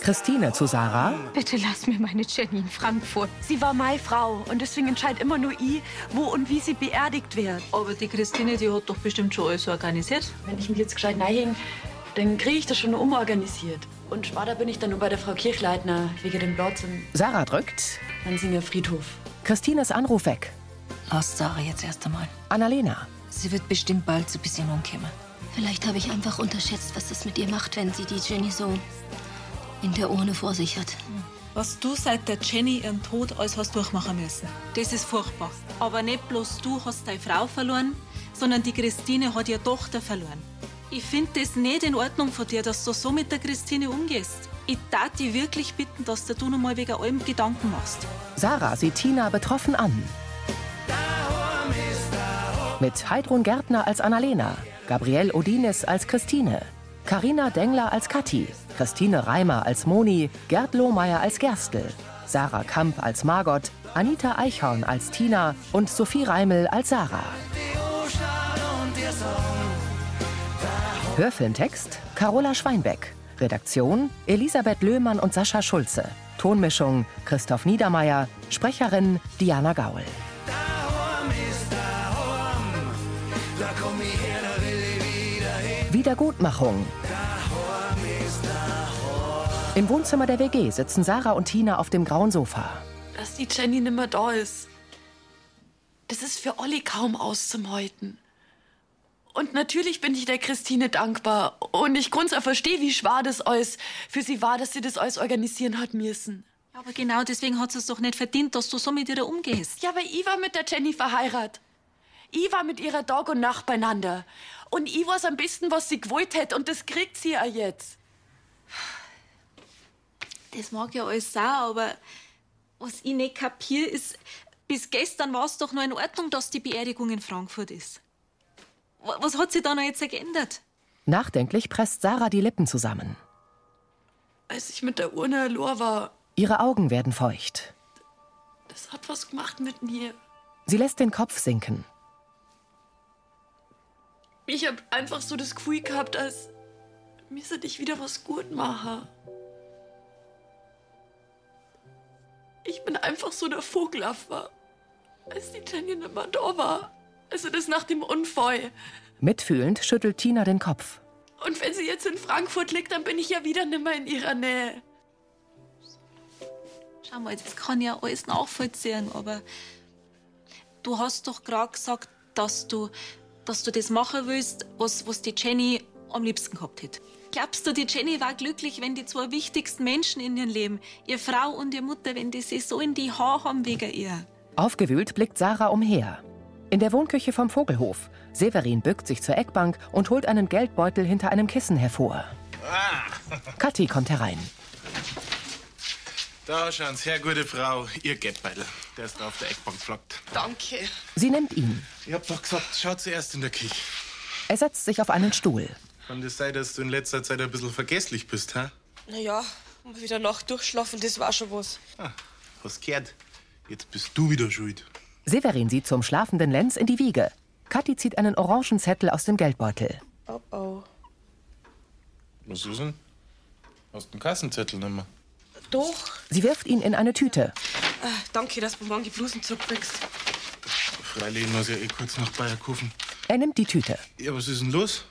Christine zu Sarah, Bitte lass mir meine Jenny in Frankfurt. Sie war meine Frau und deswegen entscheidet immer nur ich, wo und wie sie beerdigt wird. Aber die Christine, die hat doch bestimmt schon alles organisiert. Wenn ich mich jetzt gescheit neihing, dann kriege ich das schon umorganisiert. Und später bin ich dann nur bei der Frau Kirchleitner wegen dem Platz im Sarah drückt, Lansinger Friedhof. Christines Anruf weg. Lass Sarah jetzt erst einmal. Annalena, Sie wird bestimmt bald zu Besinnung kommen. Vielleicht habe ich einfach unterschätzt, was das mit ihr macht, wenn sie die Jenny so in der Urne vor sich hat. Was du seit der Jenny ihren Tod alles hast durchmachen müssen. Das ist furchtbar. Aber nicht bloß du hast deine Frau verloren, sondern die Christine hat ihre Tochter verloren. Ich finde das nicht in Ordnung von dir, dass du so mit der Christine umgehst. Ich darf dich wirklich bitten, dass du dir noch mal wegen allem Gedanken machst. Sarah sieht Tina betroffen an. Mit Heidrun Gärtner als Annalena, Gabrielle Odines als Christine, Karina Dengler als Kathi, Christine Reimer als Moni, Gerd Lohmeier als Gerstl, Sarah Kamp als Margot, Anita Eichhorn als Tina und Sophie Reimel als Sarah. Hörfilmtext Carola Schweinbeck. Redaktion Elisabeth Löhmann und Sascha Schulze. Tonmischung Christoph Niedermeyer. Sprecherin Diana Gaul. Wiedergutmachung. Im Wohnzimmer der WG sitzen Sarah und Tina auf dem grauen Sofa. Dass die Jenny nimmer da ist, das ist für Olli kaum auszumeuten. Und natürlich bin ich der Christine dankbar. Und ich grunds auch verstehe, wie schwer das alles für sie war, dass sie das alles organisieren hat müssen. Aber genau deswegen hat sie es doch nicht verdient, dass du so mit ihr umgehst. Ja, aber ich war mit der Jenny verheiratet. Ich war mit ihrer Tag und Nacht beieinander. Und ich weiß am besten, was sie gewollt hätte. Und das kriegt sie ja jetzt. Das mag ja alles sein, aber was ich nicht kapier ist, bis gestern war es doch noch in Ordnung, dass die Beerdigung in Frankfurt ist. Wa- Was hat sich da noch jetzt geändert? Nachdenklich presst Sarah die Lippen zusammen. Als ich mit der Urne allein war, Ihre Augen werden feucht. das hat was gemacht mit mir. Sie lässt den Kopf sinken. Ich hab einfach so das Gefühl gehabt, als müsste ich wieder was gut machen. Ich bin einfach so der Vogelaffer, als die Jenny nicht mehr da war. Also das nach dem Unfall. Mitfühlend schüttelt Tina den Kopf. Und wenn sie jetzt in Frankfurt liegt, dann bin ich ja wieder nimmer in ihrer Nähe. Schau mal, das kann ja alles nachvollziehen, aber du hast doch gerade gesagt, dass du, dass du das machen willst, was, was die Jenny am liebsten gehabt hätte. Glaubst du, die Jenny war glücklich, wenn die zwei wichtigsten Menschen in ihrem Leben, ihr Frau und ihr Mutter, wenn die sie so in die Haare haben wegen ihr? Aufgewühlt blickt Sarah umher. In der Wohnküche vom Vogelhof. Severin bückt sich zur Eckbank und holt einen Geldbeutel hinter einem Kissen hervor. Kathi kommt herein. Da schauen Sie her, gute Frau, Ihr Geldbeutel. Der ist da auf der Eckbank flockt. Danke. Sie nimmt ihn. Ich hab doch gesagt, schau zuerst in der Küche. Er setzt sich auf einen Stuhl. Kann das sein, dass du in letzter Zeit ein bisschen vergesslich bist, hä? Naja, mal wieder Nacht durchschlafen, das war schon was. Ah, hast gehört. Jetzt bist du wieder schuld. Severin sieht zum schlafenden Lenz in die Wiege. Kathi zieht einen orangen Zettel aus dem Geldbeutel. Oh oh. Was ist denn? Hast den Kassenzettel nicht mehr. Doch, Sie wirft ihn in eine Tüte. äh, danke, dass du morgen die Blusen zurückbringst. Freilich muss ja eh kurz nach Bayern kaufen. Er nimmt die Tüte. Ja, was ist denn los?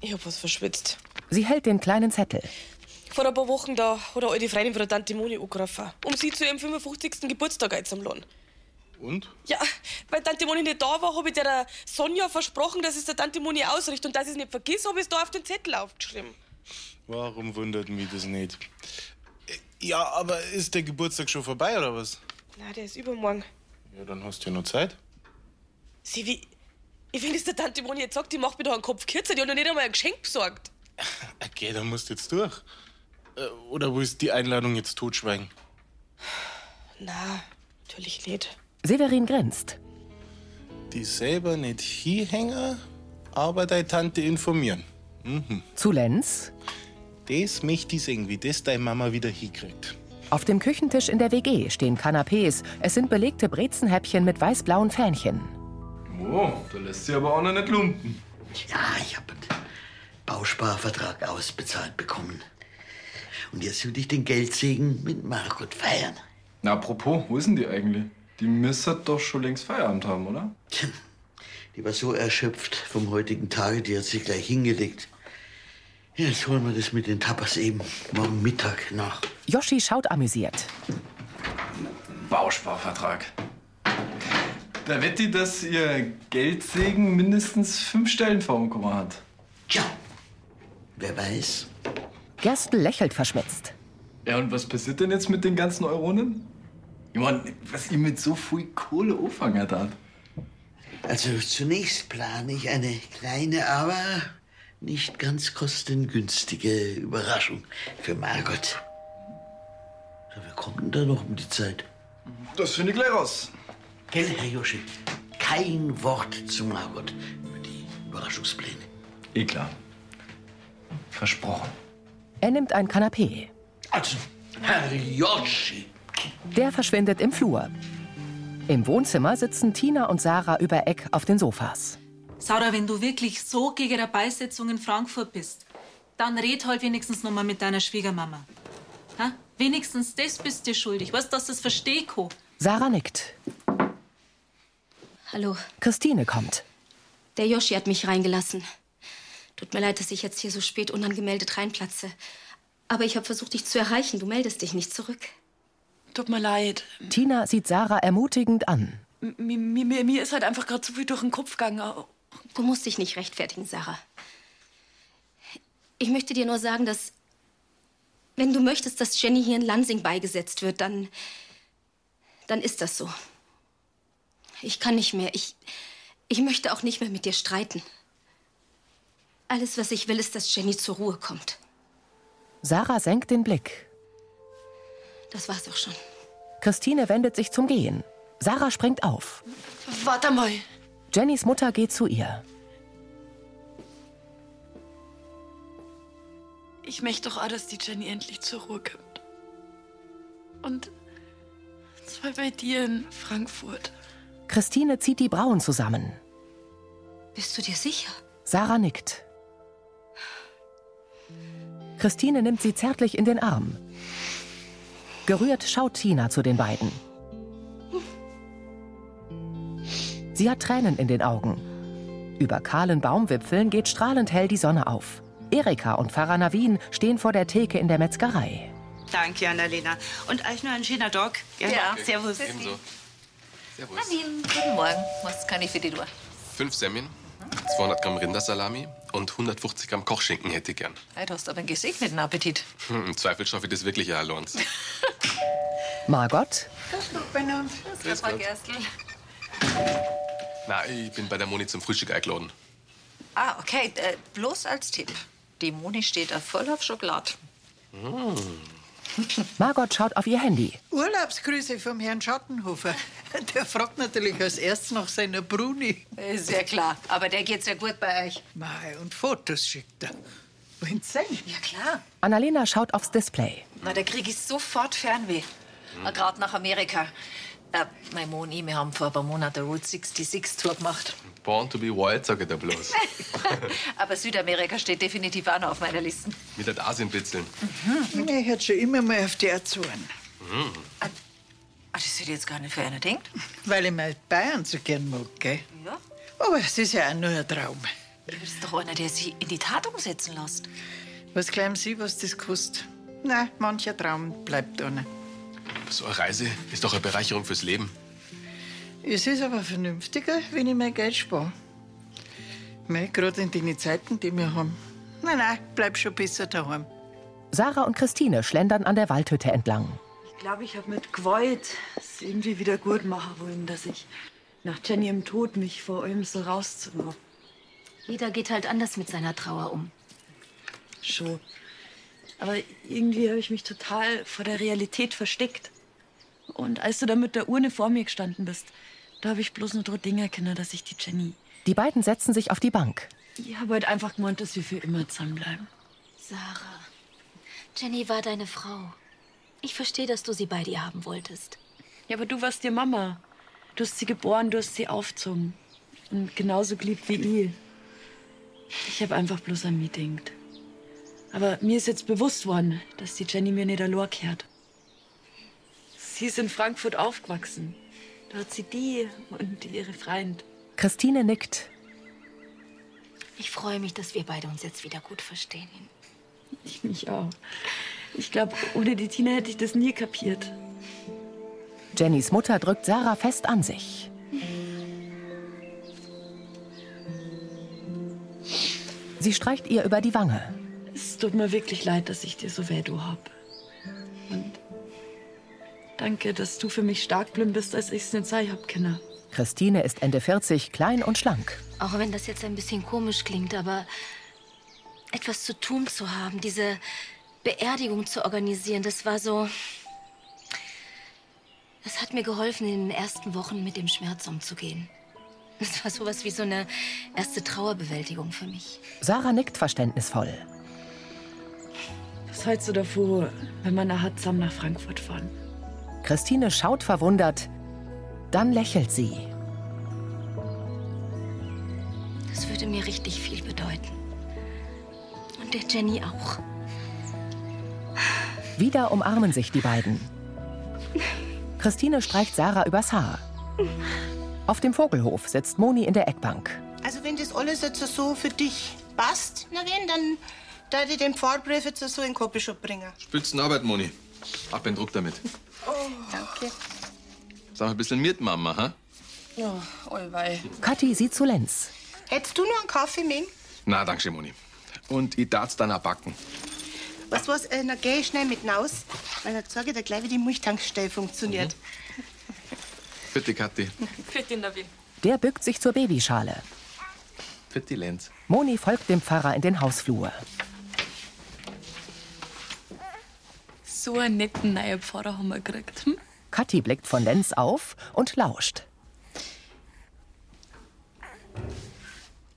Ich hab was verschwitzt. Sie hält den kleinen Zettel. Vor ein paar Wochen da hat eine alte Freundin von der Tante Moni angerufen, um sie zu ihrem 55. Geburtstag einzuladen. Und? Ja, weil Tante Moni nicht da war, habe ich der Sonja versprochen, dass es der Tante Moni ausrichtet und dass ich es nicht vergiss, habe ich es da auf den Zettel aufgeschrieben. Warum wundert mich das nicht? Äh, Ja, aber ist der Geburtstag schon vorbei, oder was? Na, der ist übermorgen. Ja, dann hast du ja noch Zeit. Sie wie. Ich finde, dass der Tante Moni jetzt sagt, die macht mir doch einen Kopf kürzer, die hat noch nicht einmal ein Geschenk besorgt. Okay, dann musst du jetzt durch. Äh, Oder willst du die Einladung jetzt totschweigen? Na, natürlich nicht. Severin grinst. Die selber nicht hinhängen, aber deine Tante informieren. Mhm. Zu Lenz. Das möchte ich sehen, wie das deine Mama wieder hinkriegt. Auf dem Küchentisch in der WG stehen Kanapés. Es sind belegte Brezenhäppchen mit weiß-blauen Fähnchen. Oh, da lässt sie aber auch noch nicht lumpen. Ja, ich habe einen Bausparvertrag ausbezahlt bekommen. Und jetzt will ich den Geldsegen mit Margot feiern. Na, apropos, wo ist denn die eigentlich? Die Miss hat doch schon längst Feierabend haben, oder? Die war so erschöpft vom heutigen Tage, die hat sich gleich hingelegt. Ja, Jetzt holen wir das mit den Tapas eben morgen Mittag nach. Yoshi schaut amüsiert. Bausparvertrag. Da wett die, dass ihr Geldsegen mindestens fünf Stellen vor dem Komma hat. Tja, wer weiß. Gerstl lächelt verschmitzt. Ja, und was passiert denn jetzt mit den ganzen Euronen? Ich mein, was ihr mit so viel Kohle anfangen habt. Also zunächst plane ich eine kleine, aber nicht ganz kostengünstige Überraschung für Margot. So, wir kommen da noch um die Zeit. Das finde ich gleich raus. Gell, Herr Joschi, kein Wort zu Margot über die Überraschungspläne. Eh klar. Versprochen. Er nimmt ein Kanapee. Also, Herr Joschi. Der verschwindet im Flur. Im Wohnzimmer sitzen Tina und Sarah über Eck auf den Sofas. Sarah, wenn du wirklich so gegen eine Beisetzung in Frankfurt bist, dann red halt wenigstens noch mal mit deiner Schwiegermama. Ha? Wenigstens das bist du schuldig. Was, dass das versteh, Co. Sarah nickt. Hallo, Christine kommt. der Yoshi hat mich reingelassen. Tut mir leid, dass ich jetzt hier so spät unangemeldet reinplatze. Aber ich habe versucht, dich zu erreichen. Du meldest dich nicht zurück. Tut mir leid. Tina sieht Sarah ermutigend an. M mir, mir, mir ist halt einfach gerade zu viel durch den Kopf gegangen. Oh, Du musst dich nicht rechtfertigen, Sarah. Ich möchte dir nur sagen, dass wenn du möchtest, dass Jenny hier in Lansing beigesetzt wird, dann dann ist das so. Ich kann nicht mehr. Ich ich möchte auch nicht mehr mit dir streiten. Alles, was ich will, ist, dass Jenny zur Ruhe kommt. Sarah senkt den Blick. Das war's auch schon. Christine wendet sich zum Gehen. Sarah springt auf. Warte mal. Jennys Mutter geht zu ihr. Ich möchte doch auch, dass die Jenny endlich zur Ruhe kommt. Und zwar bei dir in Frankfurt. Christine zieht die Brauen zusammen. Bist du dir sicher? Sarah nickt. Christine nimmt sie zärtlich in den Arm. Gerührt schaut Tina zu den beiden. Sie hat Tränen in den Augen. Über kahlen Baumwipfeln geht strahlend hell die Sonne auf. Erika und Farah Navin stehen vor der Theke in der Metzgerei. Danke, Annalena. Und euch nur einen schönen Tag. gell? Ja. Servus. Ebenso. Also, Servus. Nadine, guten Morgen. Was kann ich für dich tun? Fünf Semmeln, 200 Gramm Rindersalami und 150 Gramm Kochschinken hätte ich gern. Heute hast du aber einen gesegneten Appetit. Hm, Im Zweifel schaffe ich das wirklich ja allein. Margot, Grüß Gott, Benund. Grüß Gott, Gerstl. Na, ich bin bei der Moni zum Frühstück eingeladen. Ah, okay, äh, bloß als Tipp. Die Moni steht auf voll auf Schokolade. Margot schaut auf ihr Handy. Urlaubsgrüße vom Herrn Schattenhofer. Der fragt natürlich als erstes nach seiner Bruni. Ist ja Äh, klar, aber der geht's ja gut bei euch. Mei, und Fotos schickt er. Wollen Sie sehen? Ja, klar. Annalena schaut aufs Display. Na, da krieg ich sofort Fernweh. Äh, Gerade nach Amerika. Äh, mein Mann und ich, wir haben vor ein paar Monaten Route 66 Tour gemacht. Born to be wild, sag ich da bloß. aber Südamerika steht definitiv auch noch auf meiner Liste. Mit der Asienpitzeln. Ich hätte Hm, schon immer mal auf die Azoren. Hm. Ah, das hätte ich jetzt gar nicht für einer denkt. Weil ich mal Bayern so gern mag, gell? Ja. Aber es ist ja auch nur ein Traum. Du bist doch einer, der sich in die Tat umsetzen lässt. Was glauben Sie, was das kostet? Na, mancher Traum bleibt ohne. So eine Reise ist doch eine Bereicherung fürs Leben. Es ist aber vernünftiger, wenn ich mein Geld spare. Mei, gerade in den Zeiten, die wir haben. Nein, nein, bleib schon besser daheim. Sarah und Christine schlendern an der Waldhütte entlang. Ich glaube, ich habe mit gewollt es irgendwie wieder gut machen wollen, dass ich nach Jenny im Tod mich vor allem so rauszogen hab. Jeder geht halt anders mit seiner Trauer um. Schon. Aber irgendwie habe ich mich total vor der Realität versteckt. Und als du da mit der Urne vor mir gestanden bist, da habe ich bloß nur drei Dinger Kinder, dass ich die Jenny. Die beiden setzen sich auf die Bank. Ich habe halt einfach gemeint, dass wir für immer zusammenbleiben. Sarah, Jenny war deine Frau. Ich verstehe, dass du sie bei dir haben wolltest. Ja, aber du warst ihr Mama. Du hast sie geboren, du hast sie aufzogen. Und genauso geliebt wie ich. Ich habe einfach bloß an mich denkt. Aber mir ist jetzt bewusst worden, dass die Jenny mir nicht allein kehrt. Sie ist in Frankfurt aufgewachsen. Da hat sie die und ihre Freund. Christine nickt. Ich freue mich, dass wir beide uns jetzt wieder gut verstehen. Ich mich auch. Ich glaube, ohne die Tina hätte ich das nie kapiert. Jennys Mutter drückt Sarah fest an sich. Sie streicht ihr über die Wange. Es tut mir wirklich leid, dass ich dir so weh du hab. Und danke, dass du für mich stark blind bist, als ich's nicht sei hab, Kinder. Christine ist Ende 40, klein und schlank. Auch wenn das jetzt ein bisschen komisch klingt, aber etwas zu tun zu haben, diese Beerdigung zu organisieren, das war so. Das hat mir geholfen, in den ersten Wochen mit dem Schmerz umzugehen. Das war sowas wie so eine erste Trauerbewältigung für mich. Sarah nickt verständnisvoll. Was hältst du davor, wenn wir nachher zusammen nach Frankfurt fahren? Christine schaut verwundert, dann lächelt sie. Das würde mir richtig viel bedeuten. Und der Jenny auch. Wieder umarmen sich die beiden. Christine streicht Sarah übers Haar. Auf dem Vogelhof sitzt Moni in der Eckbank. Also wenn das alles jetzt so für dich passt, na wenn, dann da ich den Pfarrbrief jetzt so in den Copyshop bringen. Spitzenarbeit, Moni. Ab in Druck damit. Oh, danke. Sag mal ein bisschen mit, Mama, ha? Ja, allweil. Kathi sieht zu Lenz. Hättest du noch einen Kaffee mit? Na, danke schön, Moni. Und ich darf's dann auch backen. Weißt du was, äh, dann geh ich schnell mit raus, weil dann zeige ich dir gleich, wie die Milchtankstelle funktioniert. Für die Kathi. Für den David. Der bückt sich zur Babyschale. Für die Lenz. Moni folgt dem Pfarrer in den Hausflur. So einen netten neuen Pfarrer haben wir gekriegt. Hm? Kathi blickt von Lenz auf und lauscht.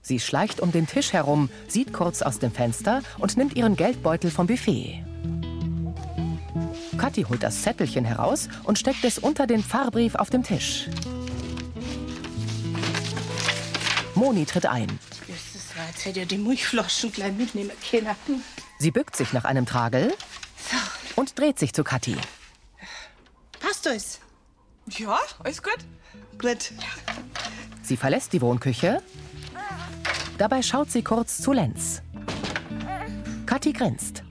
Sie schleicht um den Tisch herum, sieht kurz aus dem Fenster und nimmt ihren Geldbeutel vom Buffet. Kathi holt das Zettelchen heraus und steckt es unter den Fahrbrief auf dem Tisch. Moni tritt ein. Das war, jetzt hätte ja die Milchflaschen gleich mitnehmen können. Sie bückt sich nach einem Tragel und dreht sich zu Kathi. Passt alles? Ja, alles gut. Gut. Sie verlässt die Wohnküche. Dabei schaut sie kurz zu Lenz. Kathi grinst.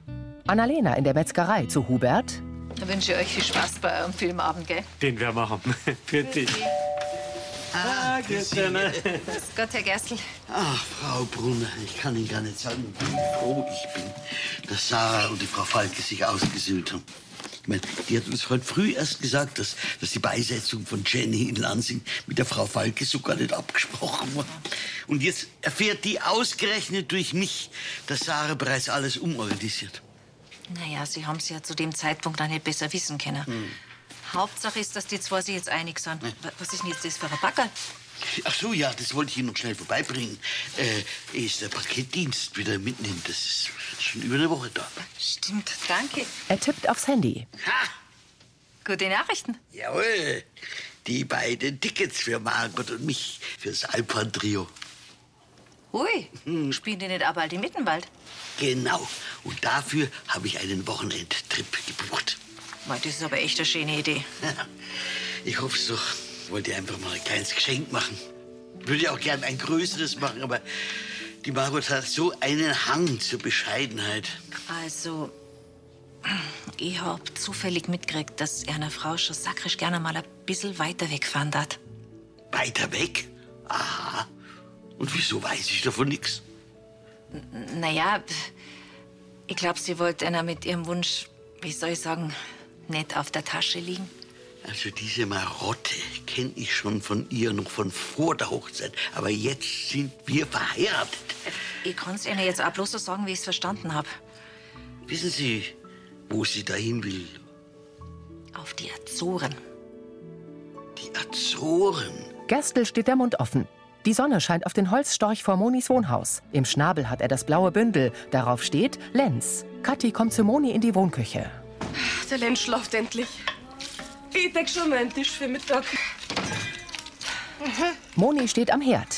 Annalena in der Metzgerei zu Hubert. Dann wünsche ich euch viel Spaß bei eurem Filmabend, gell? Den wir machen. Für dich. Ah, Christiane. Grüß Gott, Herr Gerstl. Ach, Frau Brunner, ich kann Ihnen gar nicht sagen, wie froh ich bin, dass Sarah und die Frau Falke sich ausgesöhnt haben. Ich meine, die hat uns heute früh erst gesagt, dass, dass die Beisetzung von Jenny in Lansing mit der Frau Falke so gar nicht abgesprochen war. Und jetzt erfährt die ausgerechnet durch mich, dass Sarah bereits alles umorganisiert. Naja, sie haben es ja zu dem Zeitpunkt noch nicht besser wissen können. Hm. Hauptsache ist, dass die zwei sich jetzt einig sind. Wa- Was ist denn jetzt das für ein Backer? Ach so, ja, das wollte ich Ihnen noch schnell vorbeibringen. Äh, ist der Paketdienst wieder mitnehmen? Das ist schon über eine Woche da. Stimmt, danke. Er tippt aufs Handy. Gute Nachrichten. Jawohl, die beiden Tickets für Margot und mich fürs Alpan-Trio. Ui, spielen die nicht auch bald im Mittenwald? Genau. Und dafür habe ich einen Wochenendtrip gebucht. Mei, das ist aber echt eine schöne Idee. Ich hoffe es doch. Ich wollte einfach mal ein kleines Geschenk machen. Würde auch gern ein größeres machen, aber die Margot hat so einen Hang zur Bescheidenheit. Also, ich hab zufällig mitgekriegt, dass einer Frau schon sakrisch gerne mal ein bisschen weiter wegfahren hat. Weiter weg? Aha. Und wieso weiß ich davon nichts? Naja, ich glaube, sie wollte einer mit ihrem Wunsch, wie soll ich sagen, nicht auf der Tasche liegen. Also diese Marotte kenne ich schon von ihr noch von vor der Hochzeit. Aber jetzt sind wir verheiratet. Ich kann es Ihnen jetzt auch bloß so sagen, wie ich es verstanden habe. Wissen Sie, wo sie dahin will? Auf die Azoren. Die Azoren? Gerstl steht der Mund offen. Die Sonne scheint auf den Holzstorch vor Monis Wohnhaus. Im Schnabel hat er das blaue Bündel. Darauf steht Lenz. Kathi kommt zu Moni in die Wohnküche. Der Lenz schlaft endlich. Ich deck schon meinen Tisch für Mittag. Mhm. Moni steht am Herd.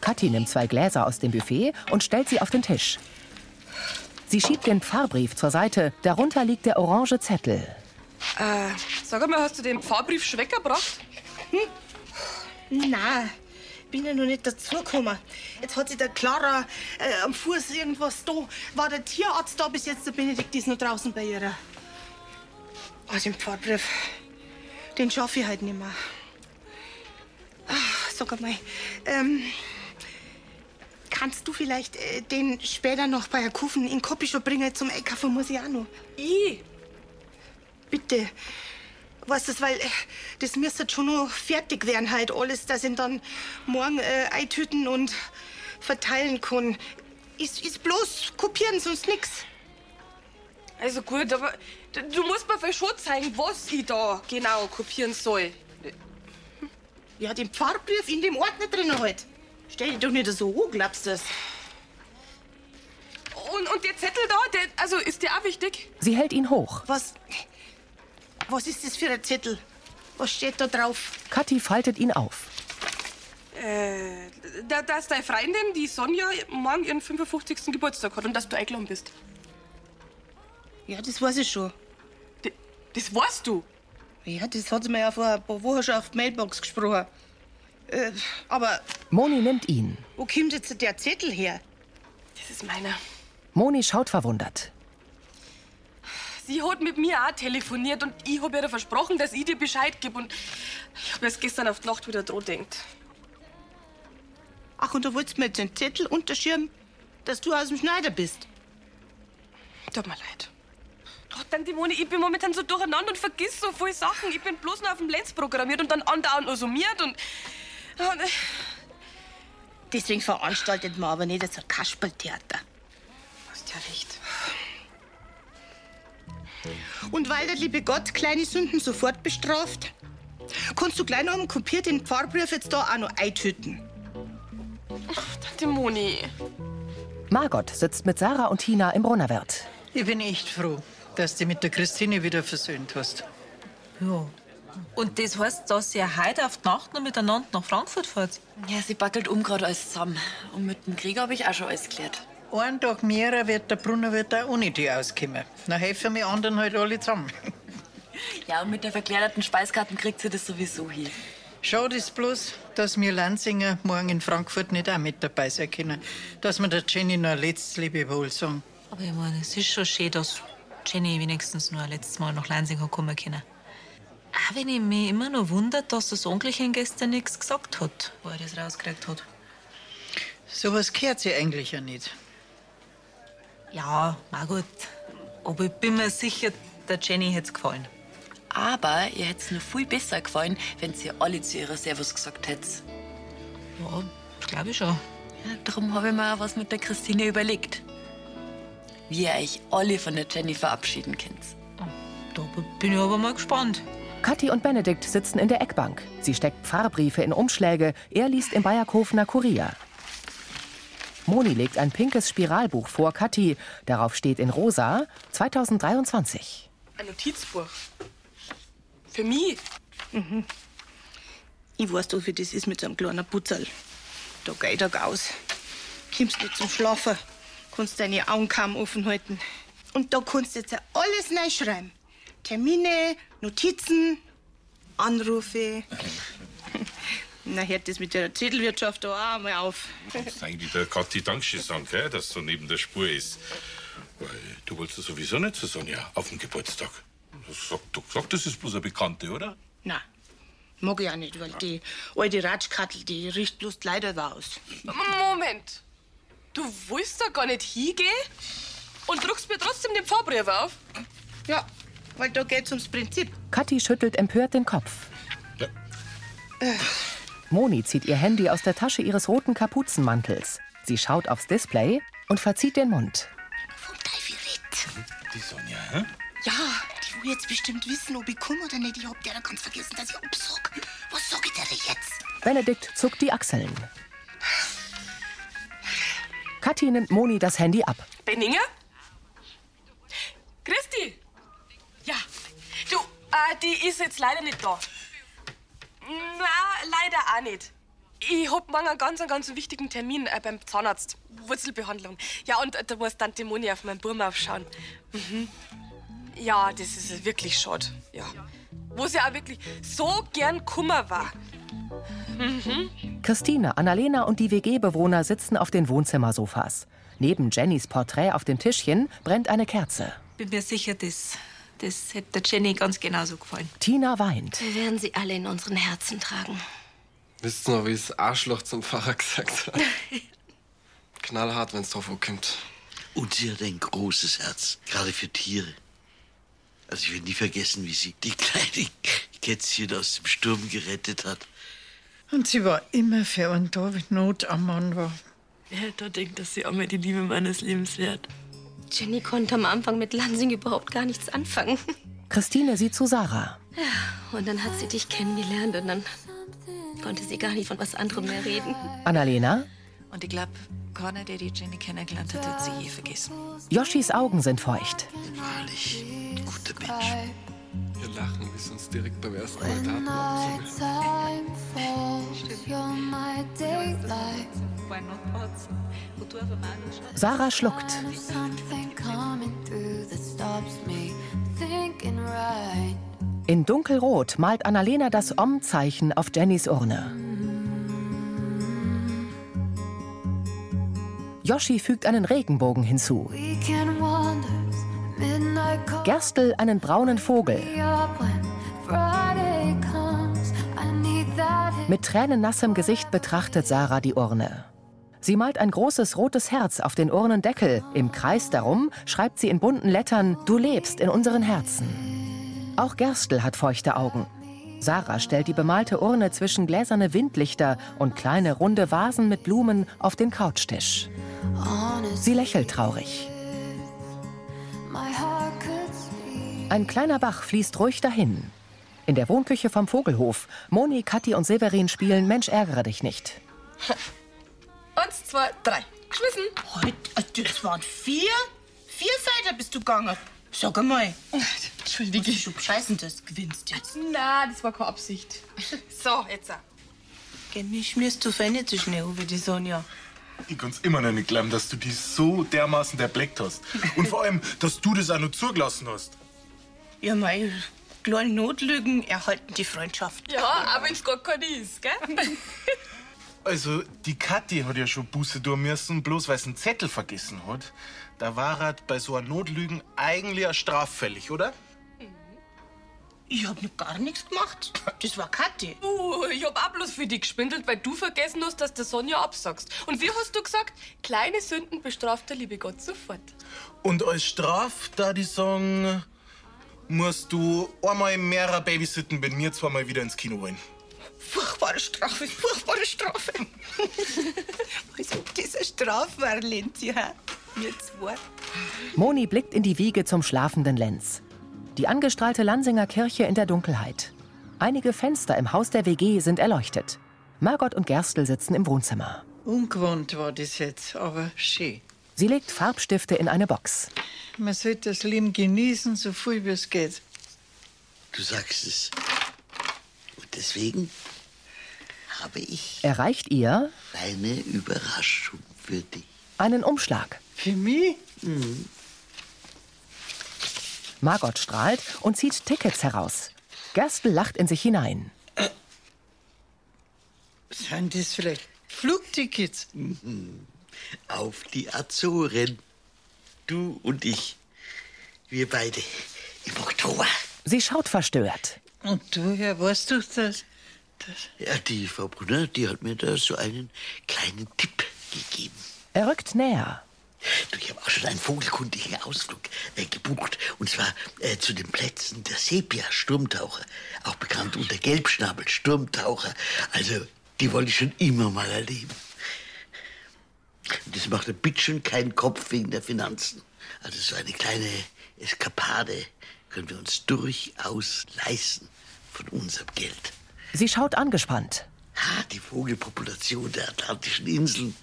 Kathi nimmt zwei Gläser aus dem Buffet und stellt sie auf den Tisch. Sie schiebt den Fahrbrief zur Seite, darunter liegt der orange Zettel. Äh, sag einmal, hast du den Fahrbrief schon weggebracht? Na, bin ja noch nicht dazugekommen. Jetzt hat sich der Clara äh, am Fuß irgendwas da. War der Tierarzt da bis jetzt? Der Benedikt ist noch draußen bei ihrer. Oh, den Pfadbrief, den schaffe ich halt nicht mehr. Ach, sag einmal, ähm, kannst du vielleicht äh, den später noch bei Herrn Kufen in Kopischer bringen zum LKV muss ich auch noch? Ich? Bitte. Weißt du, weil äh, das müsste schon noch fertig werden, halt alles, dass ich dann morgen äh, eintüten und verteilen kann. Ist, ist bloß kopieren, sonst nix. Also gut, aber d- du musst mir vielleicht schon zeigen, was ich da genau kopieren soll. Ja, den Pfarrbrief in dem Ordner drin halt. Stell dich doch nicht so hoch, glaubst du das? Und, und der Zettel da, der, also ist der auch wichtig? Sie hält ihn hoch. Was? Was ist das für ein Zettel? Was steht da drauf? Kathi faltet ihn auf. Äh, da, dass deine Freundin, die Sonja, morgen ihren 55. Geburtstag hat und dass du eingeladen bist. Ja, das weiß ich schon. Das weißt du? Ja, das hat sie mir ja vor ein paar Wochen schon auf die Mailbox gesprochen. Äh, aber Moni nimmt ihn. wo kommt jetzt der Zettel her? Das ist meiner. Moni schaut verwundert. Sie hat mit mir auch telefoniert und ich habe ihr versprochen, dass ich dir Bescheid gebe. Und ich habe erst gestern auf die Nacht wieder dran denkt. Ach, und da wolltest du mir jetzt den Zettel unterschirmen, dass du aus dem Schneider bist. Tut mir leid. Gott, dann Dämonen, ich bin momentan so durcheinander und vergiss so viele Sachen. Ich bin bloß noch auf dem Lenz programmiert und dann andauernd noch summiert und. und Deswegen veranstaltet man aber nicht so ein Kasperltheater. hast ja recht. Und weil der liebe Gott kleine Sünden sofort bestraft, kannst du gleich noch einen kopierten Pfarrbrief jetzt da auch noch eintüten. Tante Moni. Margot sitzt mit Sarah und Tina im Brunnerwirt. Ich bin echt froh, dass du mit der Christine wieder versöhnt hast. Ja. Und das heißt, dass ihr heute auf die Nacht noch miteinander nach Frankfurt fahrt? Ja, sie backelt um gerade alles zusammen. Und mit dem Krieger habe ich auch schon alles geklärt. Einen Tag mehrer wird der Brunner wird auch ohne die auskommen. Na helfen wir anderen halt alle zusammen. Ja, und mit der verklärten Speiskarte kriegt sie das sowieso hin. Schade ist bloß, dass wir Lansinger morgen in Frankfurt nicht auch mit dabei sein können. Dass wir der Jenny noch ein letztes Lebewohl sagen. Aber ich meine, es ist schon schön, dass Jenny wenigstens nur ein letztes Mal nach Lansing hat kommen können. Auch wenn ich mich immer noch wundert, dass das Onkelchen gestern nichts gesagt hat, wo er das rausgekriegt hat. Sowas gehört sie eigentlich ja nicht. Ja, na gut. Aber ich bin mir sicher, der Jenny hätte es gefallen. Aber ihr hätte es nur viel besser gefallen, wenn sie alle zu ihrer Servus gesagt hättet. Ja, das glaube ich schon. Ja, darum habe ich mir auch was mit der Christine überlegt. Wie ihr euch alle von der Jenny verabschieden könnt. Da bin ich aber mal gespannt. Kathi und Benedikt sitzen in der Eckbank. Sie steckt Pfarrbriefe in Umschläge, er liest im Bayerkofener Kurier. Moni legt ein pinkes Spiralbuch vor Kathi. Darauf steht in rosa 2023. Ein Notizbuch. Für mich? Mhm. Ich weiß doch, wie das ist mit so einem kleinen Putzerl. Da geh ich Tag aus. Kommst nicht zum Schlafen, kannst deine Augen kaum offen halten. Und da kannst du jetzt ja alles reinschreiben. Termine, Notizen, Anrufe. Na, hört das mit der Zettelwirtschaft da auch mal auf. ist eigentlich der Kathi Dankeschön sagen, gell, dass so neben der Spur ist. Weil du wolltest ja sowieso nicht zu Sonja auf den Geburtstag. Das Sag, du gesagt, das ist bloß eine Bekannte, oder? Na, mag ich auch nicht, weil die alte Ratschkattel, die riecht bloß leider aus. Moment. Du willst da gar nicht hingehen? Und druckst mir trotzdem den Fahrbrief auf? Ja, weil da geht's ums Prinzip. Kathi schüttelt empört den Kopf. Moni zieht ihr Handy aus der Tasche ihres roten Kapuzenmantels. Sie schaut aufs Display und verzieht den Mund. Die Sonja, hä? Ja, die will jetzt bestimmt wissen, ob ich komme oder nicht. Ich hab der ganz vergessen, dass ich absag. Was sag ich dir jetzt? Benedikt zuckt die Achseln. Kathi nimmt Moni das Handy ab. Benninger? Christi? Ja. Du, äh, die ist jetzt leider nicht da. Na, leider auch nicht. Ich hab morgen einen ganz, einen ganz wichtigen Termin äh, beim Zahnarzt. Wurzelbehandlung. Ja, und äh, da muss Tante Moni auf meinen Burm aufschauen. Mhm. Ja, das ist wirklich schade. Ja. Wo sie auch wirklich so gern Kummer war. Mhm. Christine, Annalena und die WG-Bewohner sitzen auf den Wohnzimmersofas. Neben Jennys Porträt auf dem Tischchen brennt eine Kerze. Bin mir sicher, das, das hätte der Jenny ganz genauso gefallen. Tina weint. Wir werden sie alle in unseren Herzen tragen. Wisst ihr noch, wie das Arschloch zum Pfarrer gesagt hat? Knallhart, wenn's drauf ankommt. Und sie hat ein großes Herz, gerade für Tiere. Also ich werde nie vergessen, wie sie die kleine Kätzchen aus dem Sturm gerettet hat. Und sie war immer für einen da, wenn Not am Mann war. Ja, da denkt, dass sie auch mal die Liebe meines Lebens wert. Jenny konnte am Anfang mit Lansing überhaupt gar nichts anfangen. Christine sieht zu Sarah. Ja, und dann hat sie dich kennengelernt und dann konnte sie gar nicht von was anderem mehr reden. Annalena? Und ich glaube, keiner, der die Jenny kennengelernt hat, hat sie je vergessen. Joschis Augen sind feucht. Wahrlich, guter Mensch. Ihr Lachen ist uns direkt beim ersten Mal da. Sarah schluckt. In dunkelrot malt Annalena das Om-Zeichen auf Jennys Urne. Yoshi fügt einen Regenbogen hinzu. Gerstl einen braunen Vogel. Mit tränennassem Gesicht betrachtet Sarah die Urne. Sie malt ein großes rotes Herz auf den Urnendeckel. Im Kreis darum schreibt sie in bunten Lettern: Du lebst in unseren Herzen. Auch Gerstl hat feuchte Augen. Sarah stellt die bemalte Urne zwischen gläserne Windlichter und kleine runde Vasen mit Blumen auf den Couchtisch. Sie lächelt traurig. Ein kleiner Bach fließt ruhig dahin. In der Wohnküche vom Vogelhof. Moni, Kathi und Severin spielen Mensch ärgere dich nicht. Eins, zwei, drei. Geschmissen. Heute, Halt, also, das waren vier? Vier Seiten bist du gegangen. Sag einmal. Entschuldige. Du scheißen das, gewinnst jetzt. Na, das war keine Absicht. So, jetzt. Gell, mich schmierst du feine zu schnell über die Sonja. Ich kann's immer noch nicht glauben, dass du die so dermaßen erbleckt hast. Und vor allem, dass du das auch noch zugelassen hast. Ja, mei, kleine Notlügen erhalten die Freundschaft. Ja, aber wenn's gar keine ist, gell? Also, die Kathi hat ja schon Buße tun müssen, bloß weil sie einen Zettel vergessen hat. Da war er bei so einer Notlügen eigentlich auch straffällig, oder? Ich hab noch gar nichts gemacht. Das war Kathi. Du, ich hab auch bloß für dich gespindelt, weil du vergessen hast, dass der Sonja absagst. Und wie hast du gesagt? Kleine Sünden bestraft der liebe Gott sofort. Und als Straf, da die sagen, musst du einmal mehrere babysitten, wenn wir zweimal wieder ins Kino wollen. Furchtbare Strafe, furchtbare Strafe. Was ist diese Strafe, Valentia? Mir zwei. Moni blickt in die Wiege zum schlafenden Lenz. Die angestrahlte Lansinger Kirche in der Dunkelheit. Einige Fenster im Haus der WG sind erleuchtet. Margot und Gerstl sitzen im Wohnzimmer. Ungewohnt war das jetzt, aber schön. Sie legt Farbstifte in eine Box. Man sollte das Leben genießen, so viel wie es geht. Du sagst es. Und deswegen habe ich Er reicht ihr eine Überraschung für dich. einen Umschlag. Für mich? Mhm. Margot strahlt und zieht Tickets heraus. Gerstl lacht in sich hinein. Sind das vielleicht Flugtickets? Hm. Auf die Azoren. Du und ich. Wir beide. Sie schaut verstört. Und du, ja, weißt du das? Ja, die Frau Brunner, die hat mir da so einen kleinen Tipp gegeben. Er rückt näher. Du, ich habe auch schon einen vogelkundigen Ausflug äh, gebucht. Und zwar äh, zu den Plätzen der Sepia-Sturmtaucher. Auch bekannt unter Gelbschnabel-Sturmtaucher. Also, die wollte ich schon immer mal erleben. Und das macht ein bisschen keinen Kopf wegen der Finanzen. Also, so eine kleine Eskapade können wir uns durchaus leisten von unserem Geld. Sie schaut angespannt. Ah, die Vogelpopulation der Atlantischen Inseln.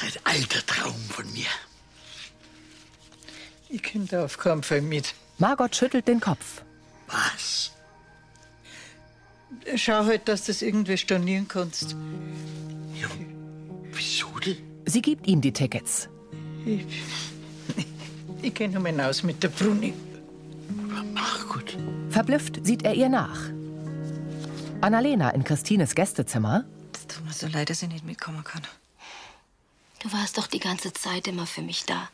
Das ist ein alter Traum von mir. Ich komme da auf keinen Fall mit. Margot schüttelt den Kopf. Was? Schau halt, dass du das irgendwie stornieren kannst. Sie gibt ihm die Tickets. Ich, ich gehe nochmal hinaus mit der Bruni. Verblüfft sieht er ihr nach. Annalena in Christines Gästezimmer. Tut mir so leid, dass ich nicht mitkommen kann. Du warst doch die ganze Zeit immer für mich da.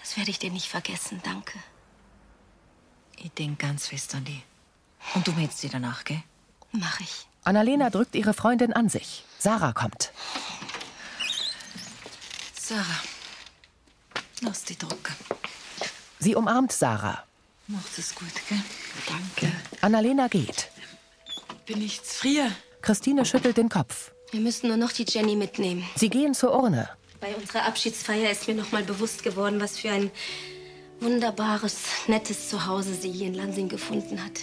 Das werde ich dir nicht vergessen, danke. Ich denk ganz fest an die. Und du meldest dich danach, gell? Mach ich. Annalena drückt ihre Freundin an sich. Sarah kommt. Sarah, lass die drucken. Sie umarmt Sarah. Macht es gut, gell? Danke. Annalena geht. Bin ich zufrieden? Christine schüttelt den Kopf. Wir müssen nur noch die Jenny mitnehmen. Sie gehen zur Urne. Bei unserer Abschiedsfeier ist mir nochmal bewusst geworden, was für ein wunderbares, nettes Zuhause sie hier in Lansing gefunden hat.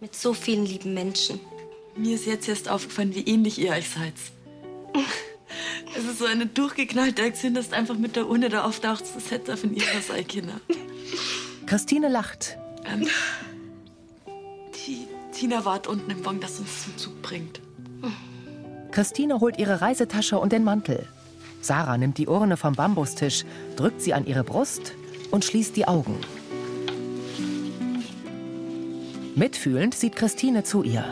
Mit so vielen lieben Menschen. Mir ist jetzt erst aufgefallen, wie ähnlich ihr euch seid. Es ist so eine durchgeknallte Aktion, dass du einfach mit der Urne da auftauchst. Das hätte von ihrer Seite Kinder. Christine lacht. Ähm, Ti- Tina wart unten im Wagen, dass sie uns zum Zug bringt. Christine holt ihre Reisetasche und den Mantel. Sarah nimmt die Urne vom Bambustisch, drückt sie an ihre Brust und schließt die Augen. Mitfühlend sieht Christine zu ihr.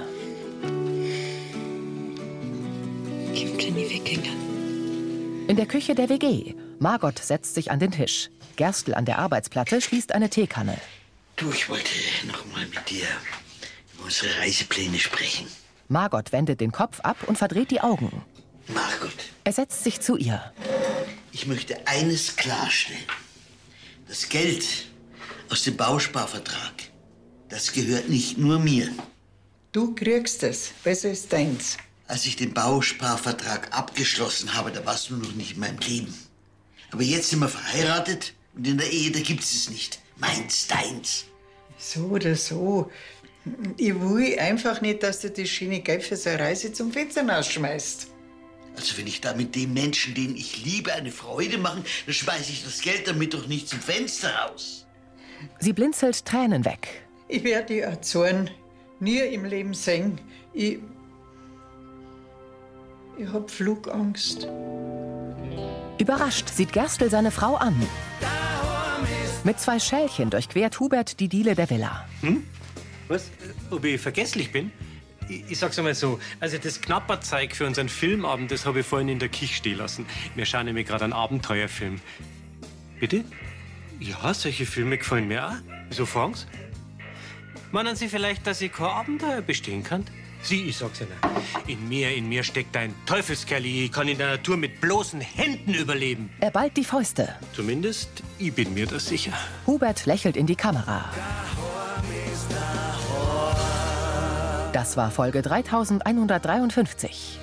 Kim Jenny weggegangen. In der Küche der WG. Margot setzt sich an den Tisch. Gerstl an der Arbeitsplatte schließt eine Teekanne. Du, ich wollte nochmal mit dir über unsere Reisepläne sprechen. Margot wendet den Kopf ab und verdreht die Augen. Margot, Er setzt sich zu ihr. ich möchte eines klarstellen. Das Geld aus dem Bausparvertrag, das gehört nicht nur mir. Du kriegst es. Was ist deins? Als ich den Bausparvertrag abgeschlossen habe, da warst du noch nicht in meinem Leben. Aber jetzt sind wir verheiratet und in der Ehe, da gibt's es nicht. Meins, deins. So oder so. Ich will einfach nicht, dass du das schöne Geld für so eine Reise zum Fenster ausschmeißt. Also wenn ich da mit dem Menschen, den ich liebe, eine Freude machen, dann schmeiße ich das Geld damit doch nicht zum Fenster raus. Sie blinzelt Tränen weg. Ich werde die Azoren nie im Leben sehen. Ich. Ich hab Flugangst. Überrascht sieht Gerstl seine Frau an. Mit zwei Schälchen durchquert Hubert die Diele der Villa. Hm? Was? Ob ich vergesslich bin? Ich, ich sag's einmal so. Also, das Knapperzeug für unseren Filmabend, das habe ich vorhin in der Küche stehen lassen. Wir schauen nämlich gerade einen Abenteuerfilm. Bitte? Ja, solche Filme gefallen mir auch. Wieso fragen's? Meinen Sie vielleicht, dass ich kein Abenteuer bestehen kann? Sie, ich sag's Ihnen. In mir, in mir steckt ein Teufelskerl. Ich kann in der Natur mit bloßen Händen überleben. Er ballt die Fäuste. Zumindest, ich bin mir das sicher. Hubert lächelt in die Kamera. Das war Folge 3153.